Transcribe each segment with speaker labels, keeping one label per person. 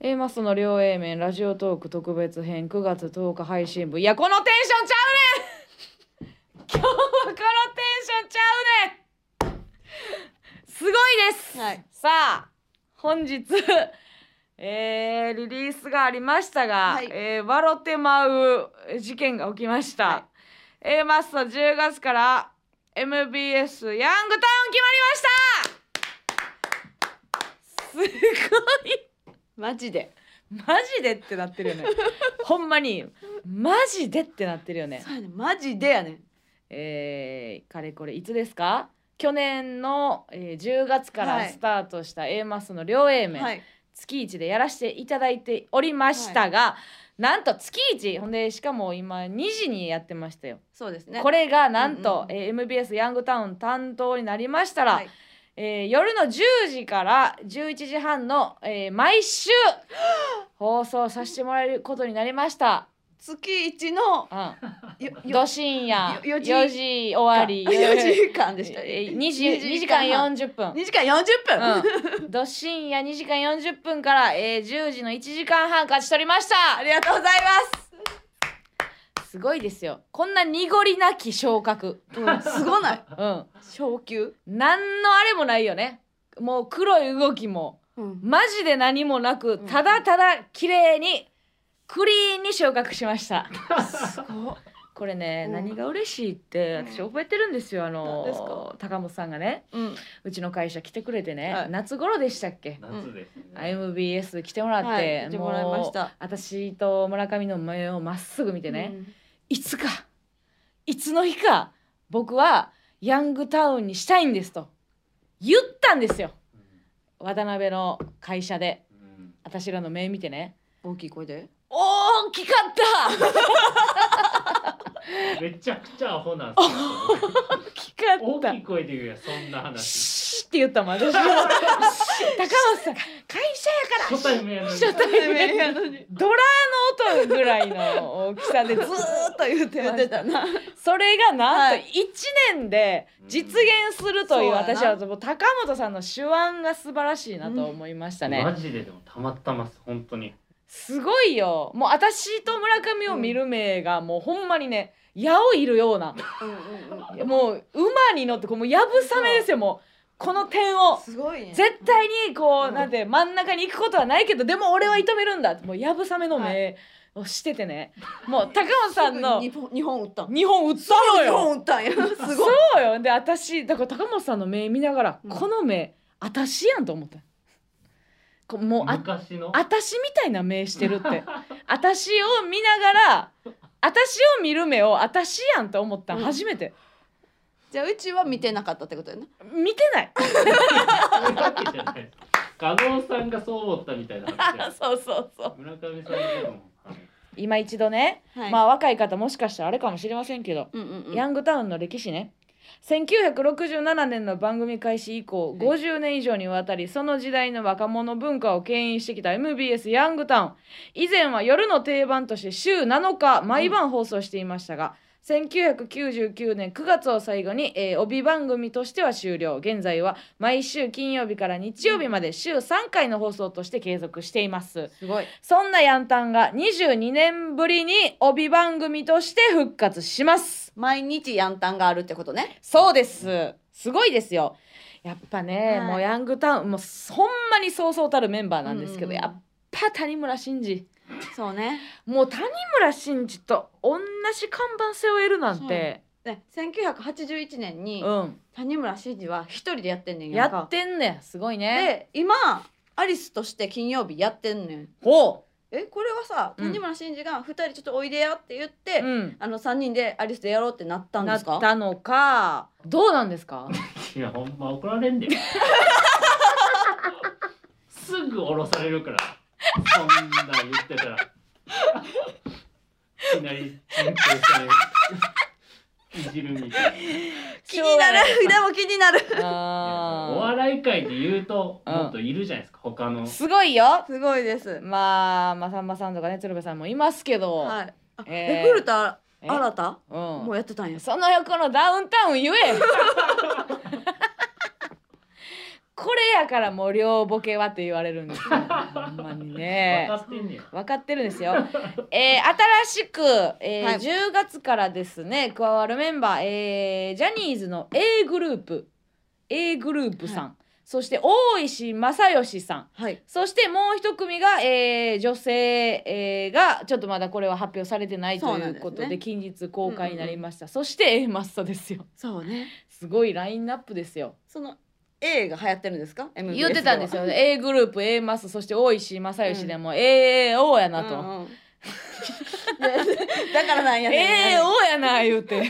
Speaker 1: A マスの両 A 面ラジオトーク特別編9月10日配信部いやこのテンションちゃうねん 今日はこのテンションちゃうねんすごいです、
Speaker 2: はい
Speaker 1: さあ本日 えーリリースがありましたが、
Speaker 2: はい
Speaker 1: えー笑ってまう事件が起きました、
Speaker 2: は
Speaker 1: A マスの10月から MBS ヤングタウン決まりましたすごい
Speaker 2: マジで
Speaker 1: マジでってなってるよね ほんまにマジでってなってるよね
Speaker 2: そうやねマジでやね
Speaker 1: えー、かれこれいつですか去年の、えー、10月か
Speaker 2: は
Speaker 1: ら
Speaker 2: い
Speaker 1: スタートした A マスの両 A
Speaker 2: ん
Speaker 1: 面、
Speaker 2: はい
Speaker 1: 月1でやらせていただいておりましたが、なんと月1ほんでしかも今2時にやってましたよ、
Speaker 2: そうですね
Speaker 1: こ
Speaker 2: れ
Speaker 1: れがなんと、
Speaker 2: うん
Speaker 1: えー MBS ヤングタウン担当になりましたら、
Speaker 2: はい
Speaker 1: えー夜の10時から11時半の、えー毎 週放送させてもらえることになりました。
Speaker 2: 月一の
Speaker 1: う
Speaker 2: よ
Speaker 1: ん、
Speaker 2: よ
Speaker 1: ど深夜
Speaker 2: よ
Speaker 1: 4
Speaker 2: よ
Speaker 1: 時
Speaker 2: 時
Speaker 1: 終わり
Speaker 2: 4時間 でした
Speaker 1: えー2時2時間40分。
Speaker 2: 2時間40
Speaker 1: う
Speaker 2: 分、
Speaker 1: ん、ど深夜2時間40分から、えー10時の1時間半勝ち取りました
Speaker 2: ありがとうござい
Speaker 1: すごいですよこんな濁りなき昇格
Speaker 2: ます、うん、すごない
Speaker 1: うん
Speaker 2: 昇級、
Speaker 1: 何のあれもないよねもう黒い動きも
Speaker 2: うん、
Speaker 1: マジで何もなく
Speaker 2: うん
Speaker 1: ただただ綺麗にクリーンに昇格しました
Speaker 2: すご
Speaker 1: これね、
Speaker 2: うん
Speaker 1: 何が嬉しいって私覚えてるんですよあ
Speaker 2: 何ですか
Speaker 1: の高本さんがね
Speaker 2: うん
Speaker 1: うちの会社来てくれてね、
Speaker 2: はい
Speaker 1: 夏頃でしたっけ
Speaker 3: 夏ですね。
Speaker 1: MBS 来てもらって、
Speaker 2: はい来てもらいました
Speaker 1: もう私と村上の目をまっすぐ見てね、いつかいつの日か僕はヤングタウンにしたいんですと言ったんですよ渡辺の会社で
Speaker 3: うん
Speaker 1: 私らの目見てね
Speaker 2: うん大きい声で
Speaker 1: 大きかった
Speaker 3: めちゃくちゃアホな んですよ。
Speaker 1: 大きかっ
Speaker 3: 大
Speaker 1: た
Speaker 3: きい声で言うやんそんな話。
Speaker 1: シーって言ったもん私 シー高松さん会社やから
Speaker 3: 初対面やのに
Speaker 1: 初対面
Speaker 2: やのに
Speaker 1: ドラの音ぐらいの大きさ でずーっと言って
Speaker 2: 言
Speaker 1: ま
Speaker 2: っ
Speaker 1: してた
Speaker 2: たな
Speaker 1: それがなんと
Speaker 2: は
Speaker 1: 1年で実現するという
Speaker 2: うんそうやな
Speaker 1: 私はもう高本さんの手腕が素晴らしいなと思いましたね、
Speaker 3: マジででもたまたます本当に。
Speaker 1: すごいよもう私と村上を見る目がもうほんまにね矢をいるような
Speaker 2: うんうんうん
Speaker 1: もう馬に乗ってこうもうやぶさめですよもうこの点を
Speaker 2: すごいね
Speaker 1: 絶対にこ
Speaker 2: う
Speaker 1: うんなんて真ん中に行くことはないけどでも俺は射止めるんだもうやぶさめの目をしててねもう高本さんの
Speaker 2: すぐに日本日本打ったん
Speaker 1: 日本打ったの
Speaker 2: 日
Speaker 1: よ
Speaker 2: 本打ったんやすごい
Speaker 1: そうよで私だから高本さんの目見ながら、
Speaker 2: うん
Speaker 1: この目私やんと思ったこうもうあ
Speaker 3: 昔の。
Speaker 1: 私みたいな目してるって 私を見ながら私を見る目を私やんと思ったん
Speaker 2: うん
Speaker 1: 初めて、
Speaker 2: じゃあうちは見てなかったってことやな
Speaker 1: 見てない
Speaker 3: そういうわけじゃない。加納さんがそう思ったみたいな話や。
Speaker 1: そうそうそう
Speaker 3: 村上さんでも。はい
Speaker 1: 今一度ね、
Speaker 2: はい
Speaker 1: まあ若い方もしかしたらあれかもしれませんけど、
Speaker 2: うんうんうん
Speaker 1: ヤングタウンの歴史ね1967年の番組開始以降
Speaker 2: はい
Speaker 1: 50年以上にわたりその時代の若者文化を牽引してきた MBS ヤングタウン以前は夜の定番として週7日毎晩放送していましたが、1999年9月を最後に、えー帯番組としては終了現在は毎週金曜日から日曜日まで週3回の放送として継続しています
Speaker 2: すごい
Speaker 1: そんなヤンタンが22年ぶりに帯番組として復活します
Speaker 2: 毎日ヤンタンがあるってことね
Speaker 1: そうです。すごいですよ。やっぱね、
Speaker 2: はい
Speaker 1: もうヤングタウンもうほんまにそうそうたるメンバーなんですけど、
Speaker 2: うんうんうん
Speaker 1: やっぱ谷村新司
Speaker 2: そうね
Speaker 1: もう谷村新司と同じ看板背負えるなんて
Speaker 2: ね1981年
Speaker 1: う
Speaker 2: に
Speaker 1: ん
Speaker 2: 谷村新司は一人でやってんねん
Speaker 1: や
Speaker 2: やん
Speaker 1: っ
Speaker 2: か
Speaker 1: てんねんすごいね
Speaker 2: で今アリスとして金曜日やってんねん
Speaker 1: ほ
Speaker 2: えこれはさ
Speaker 1: うん
Speaker 2: 谷村新司が2人ちょっとおいでやって言って、
Speaker 1: う、うん、
Speaker 2: あの3人でアリスでやろうってなったん
Speaker 1: な
Speaker 2: で
Speaker 1: っ
Speaker 2: すか
Speaker 1: たのかどうなんですか
Speaker 3: いやほんま怒られ んで。すぐ降ろされるから。そんなん言ってたら。いきなり緊張される。いじるみたいな。
Speaker 2: 気になるでも気になる
Speaker 3: お
Speaker 1: あ
Speaker 3: 笑い界で言うと
Speaker 1: うん
Speaker 3: もっといるじゃないですか他の
Speaker 1: ーすごいよ
Speaker 2: すごいです
Speaker 1: まあまさんまさんとかね鶴瓶さんもいますけど、
Speaker 2: はいあ
Speaker 1: えー
Speaker 2: え古田
Speaker 1: え
Speaker 2: 新太
Speaker 1: うん、
Speaker 2: もうやってたんや
Speaker 1: その横のダウンタウン言えこれやからもう両ボケはって言われるんですよほんまにね
Speaker 3: 分かってんねや
Speaker 1: 分かってるんですよ。えー新しく、えー
Speaker 2: はい
Speaker 1: 10月からですね加わるメンバー、えージャニーズの A グループ A グループさん、そして大石正義さん
Speaker 2: はい。
Speaker 1: そしてもう一組が、えー女性、えーがちょっとまだこれは発表されてない
Speaker 2: そ
Speaker 1: と
Speaker 2: う
Speaker 1: い
Speaker 2: なん
Speaker 1: う
Speaker 2: ですね
Speaker 1: ことで近日公開になりました、そして A マッソですよ
Speaker 2: そうね。
Speaker 1: すごいラインナップですよ。
Speaker 2: その A が流行ってるんですか？MBS
Speaker 1: 言ってたんですよ A グループ A マッソそして大石正義でも AAO やなと。
Speaker 2: うんうん だからなんや
Speaker 1: ええ
Speaker 2: ねん。
Speaker 1: おやな言う て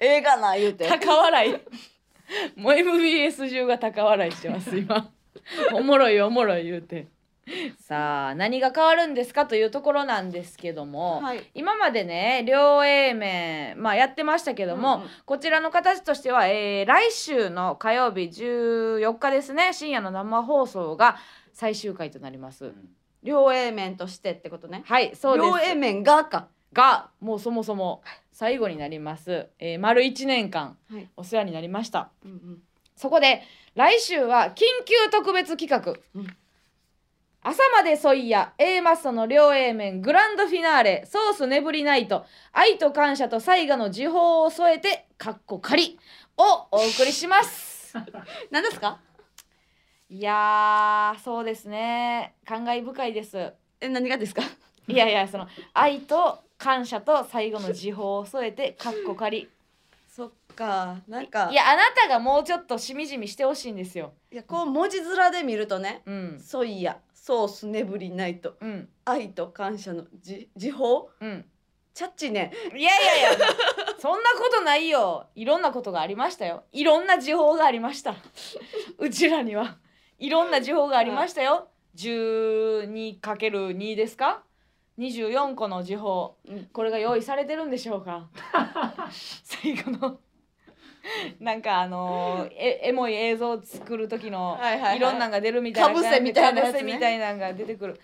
Speaker 2: A がな言うて。
Speaker 1: 高笑いもう MBS 中が高笑いしてます今 おもろいおもろい言うてさあ何が変わるんですかというところなんですけども、
Speaker 2: はい。
Speaker 1: 今までね両 A 面、まあ、やってましたけども、
Speaker 2: うんうん
Speaker 1: こちらの形としては、えー来週の火曜日14日ですね深夜の生放送が最終回となります。
Speaker 2: 両 A 面としてってことね。
Speaker 1: はいそうです
Speaker 2: 両 A 面がか。
Speaker 1: がもうそもそも最後になります、えー丸1年間
Speaker 2: はい
Speaker 1: お世話になりました、
Speaker 2: うんうん
Speaker 1: そこで来週は緊急特別企画「
Speaker 2: うん
Speaker 1: 朝までソイヤ A マッソの両 A 面グランドフィナーレソース眠りナイト愛と感謝と才賀の時報を添えてかっこ仮」をお送りし ます。
Speaker 2: 何ですか？
Speaker 1: いやーそうですね感慨深いです。
Speaker 2: え何がですか？
Speaker 1: いやいやその愛と感謝と最後の時報を添えてかっこ仮。
Speaker 2: そっか。なんか
Speaker 1: いやあなたがもうちょっとしみじみしてほしいんですよ。
Speaker 2: いやこう文字面で見るとね。
Speaker 1: うん
Speaker 2: ソイヤソースねぶりないと
Speaker 1: うん
Speaker 2: 愛と感謝のじ時報
Speaker 1: うん。
Speaker 2: チャッチね。
Speaker 1: いやいやいやそんなことないよいろんなことがありましたよいろんな時報がありましたうちらにはいろんな時報がありましたよ 12×2 ですか24個の時報
Speaker 2: うん
Speaker 1: これが用意されてるんでしょうか最後のなんかあのーえエモい映像を作る時の
Speaker 2: はいはいはい
Speaker 1: いろんなんが出るみたいな
Speaker 2: かぶせみたいなやつ
Speaker 1: か
Speaker 2: ね
Speaker 1: ぶせみたいなんが出てくる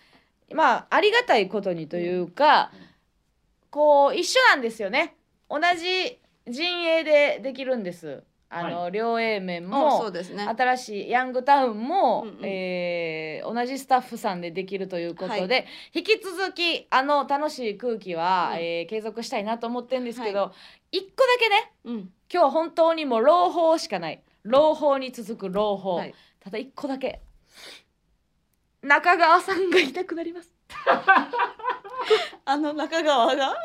Speaker 1: まあありがたいことにというか、
Speaker 3: うん
Speaker 1: こう一緒なんですよね同じ陣営でできるんですあの、両 A 面
Speaker 2: もうそ
Speaker 1: も
Speaker 2: うですね。
Speaker 1: 新しいヤングタウンも、
Speaker 2: うんうん
Speaker 1: えー同じスタッフさんでできるということで、引き続きあの楽しい空気は、
Speaker 2: うん
Speaker 1: えー継続したいなと思ってるんですけど、一個だけね
Speaker 2: うん。
Speaker 1: 今日は本当にもう朗報しかない朗報に続く朗報、
Speaker 2: はい
Speaker 1: ただ一個だけ中川さんがいなくなります
Speaker 2: あの中川が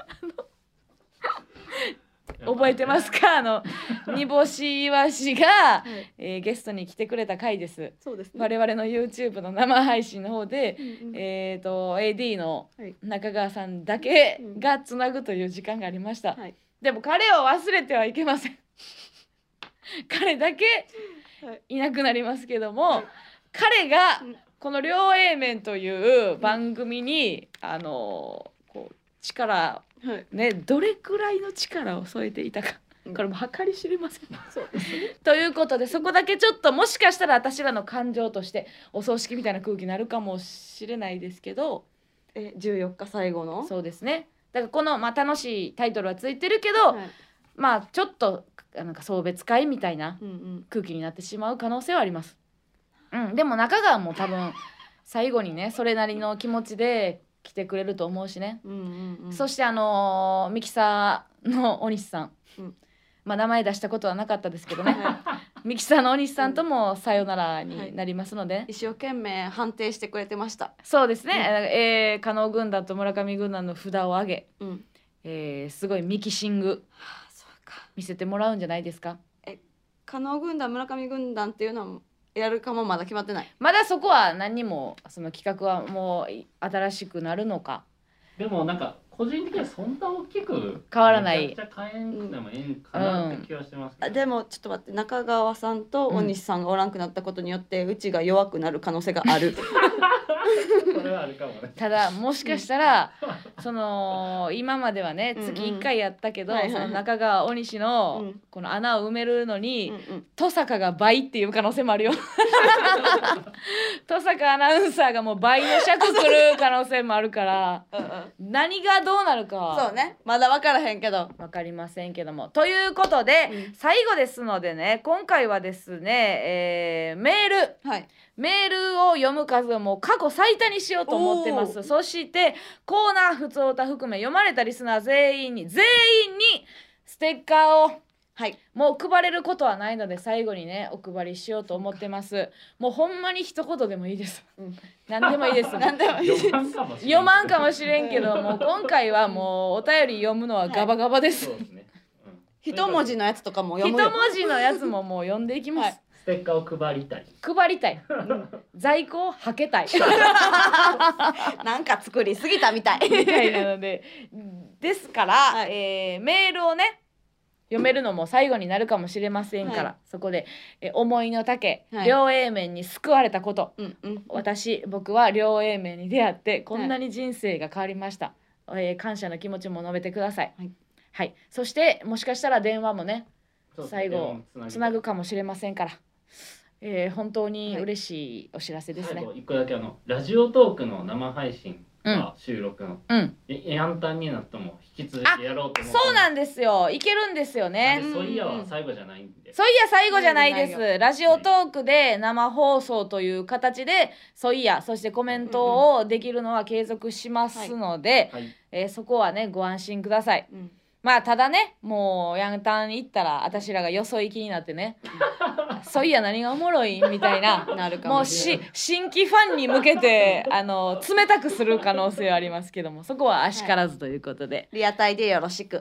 Speaker 1: 覚えてますかあの 煮干しイワシが、
Speaker 2: はい
Speaker 1: えーゲストに来てくれた回です
Speaker 2: そうですね。
Speaker 1: 我々の YouTube の生配信の方で、
Speaker 2: うんうん
Speaker 1: えー、と AD の
Speaker 2: はい
Speaker 1: 中川さんだけ
Speaker 2: うん
Speaker 1: がつなぐという時間がありました、
Speaker 2: はい
Speaker 1: でも彼を忘れてはいけません 彼だけ
Speaker 2: はい
Speaker 1: いなくなりますけども、
Speaker 2: はい
Speaker 1: 彼が
Speaker 2: うん
Speaker 1: この「両 A 面」という番組に、あのこう力
Speaker 2: はい。
Speaker 1: ねどれくらいの力を添えていたか
Speaker 2: うん
Speaker 1: これも計り知れません。
Speaker 2: そうですね。
Speaker 1: ということでそこだけちょっともしかしたら私らの感情としてお葬式みたいな空気になるかもしれないですけど
Speaker 2: え十四日最後の。
Speaker 1: そうですねだからこの、まあ、楽しいタイトルはついてるけど、
Speaker 2: はい。
Speaker 1: まあちょっとなんか送別会みたいな
Speaker 2: うんうん。
Speaker 1: 空気になってしまう可能性はあります。うん、でも中川も多分最後にねそれなりの気持ちで来てくれると思うしね、
Speaker 2: うんうんうん。
Speaker 1: そしてあのーミキサーの大西さん、
Speaker 2: うん
Speaker 1: まあ名前出したことはなかったですけどね
Speaker 2: は
Speaker 1: ミキサーの大西さんともさよならになりますので、
Speaker 2: い、一生懸命判定してくれてました。
Speaker 1: そうですね、
Speaker 2: うん
Speaker 1: えー、加納軍団と村上軍団の札を上げ、
Speaker 2: うん。
Speaker 1: えーすごいミキシング
Speaker 2: はあ、そうか。
Speaker 1: 見せてもらうんじゃないですか
Speaker 2: 加納軍団、村上軍団っていうのはやるかもまだ決まってない。
Speaker 1: まだそこは何にもその企画はもうい新しくなるのか
Speaker 3: でもなんか個人的にはそんな大きく
Speaker 1: 変わらない
Speaker 3: めちゃくちゃ変えんくてもええんかなって気はしてますけど、
Speaker 2: あでもちょっと待って中川さんと大西さんがおらんくなったことによって、うちが弱くなる可能性がある
Speaker 3: これはあるかもね
Speaker 1: ただもしかしたらその今まではね
Speaker 2: うんうん
Speaker 1: 月1回やったけど、
Speaker 2: はいはい
Speaker 1: そ
Speaker 2: はい
Speaker 1: の中川大西
Speaker 2: う
Speaker 1: の
Speaker 2: ん
Speaker 1: この穴を埋めるのに、
Speaker 2: うんうん
Speaker 1: 登坂が倍っていう可能性もある よ登坂アナウンサーがもう倍の尺くる可能性もあるから
Speaker 2: うんうん
Speaker 1: 何がどうなるか
Speaker 2: そうねまだ分からへんけど
Speaker 1: わかりませんけども。ということで、
Speaker 2: うん
Speaker 1: 最後ですのでね今回はですね、えーメール
Speaker 2: はい
Speaker 1: メールを読む数をもう過去最多にしようと思ってま
Speaker 2: お
Speaker 1: す
Speaker 2: ー
Speaker 1: そしてコーナー「ふつおた」含め読まれたリスナー全員に全員にステッカーを
Speaker 2: はい
Speaker 1: もう配れることはないので最後にねお配りしようと思ってますもうほんまに一言でもいいです、
Speaker 2: うん
Speaker 1: 何でもいいです
Speaker 2: 何 でもいい
Speaker 3: 読まんかもしれん
Speaker 1: 読まんかもしれんけどもう今回はもうお便り読むのはガバガバです、
Speaker 3: そうですね。うん
Speaker 2: 一文字のやつとかも読
Speaker 1: 一
Speaker 2: むよ
Speaker 1: 文字のやつももう読んでいきます、
Speaker 3: ステッカーを配りたい。
Speaker 1: 配りたい、在庫をはけ たい
Speaker 2: なんか作りすぎたみたい
Speaker 1: みたいなのでですから、
Speaker 2: はい
Speaker 1: えーメールをね読めるのも最後になるかもしれませんから、
Speaker 2: はい
Speaker 1: そこで、えー思いの丈、
Speaker 2: はい
Speaker 1: 両英面に救われたこと
Speaker 2: うんうん
Speaker 1: 私僕は両英面に出会ってこんなに人生が変わりました、えー感謝の気持ちも述べてください
Speaker 2: はい、
Speaker 1: はい、そしてもしかしたら電話もね
Speaker 3: そうですね
Speaker 1: 最後
Speaker 3: 電話
Speaker 1: つなぐかもしれませんから、えー本当に嬉しいお知らせですね、
Speaker 3: 最後一個だけあのラジオトークの生配信が収録の、
Speaker 1: うん
Speaker 3: えやんたんになっても引き続きやろうと思って
Speaker 1: そうなんんですよいけるんですよね
Speaker 3: でそういや
Speaker 2: うんう
Speaker 3: は
Speaker 2: ん
Speaker 3: 最後じゃないんで、
Speaker 1: そういや最後じゃないで
Speaker 2: う
Speaker 1: す。
Speaker 2: んな
Speaker 1: ラジオトークで生放送という形で、そういや、そしてコメントをできるのは継続しますので、
Speaker 3: はい
Speaker 1: えーそこはね、ご安心ください。
Speaker 2: うん
Speaker 1: まあ、ただね、もう、ヤンタン行ったら、私らがよそ行きになって ね、そういや何がおもろいみたいな。
Speaker 2: なるか
Speaker 1: も
Speaker 2: も
Speaker 1: う
Speaker 2: し
Speaker 1: し新規ファンに向けてあの冷たくする可能性はありますけどもそこはあしからずということで、
Speaker 2: リアタイでよろしく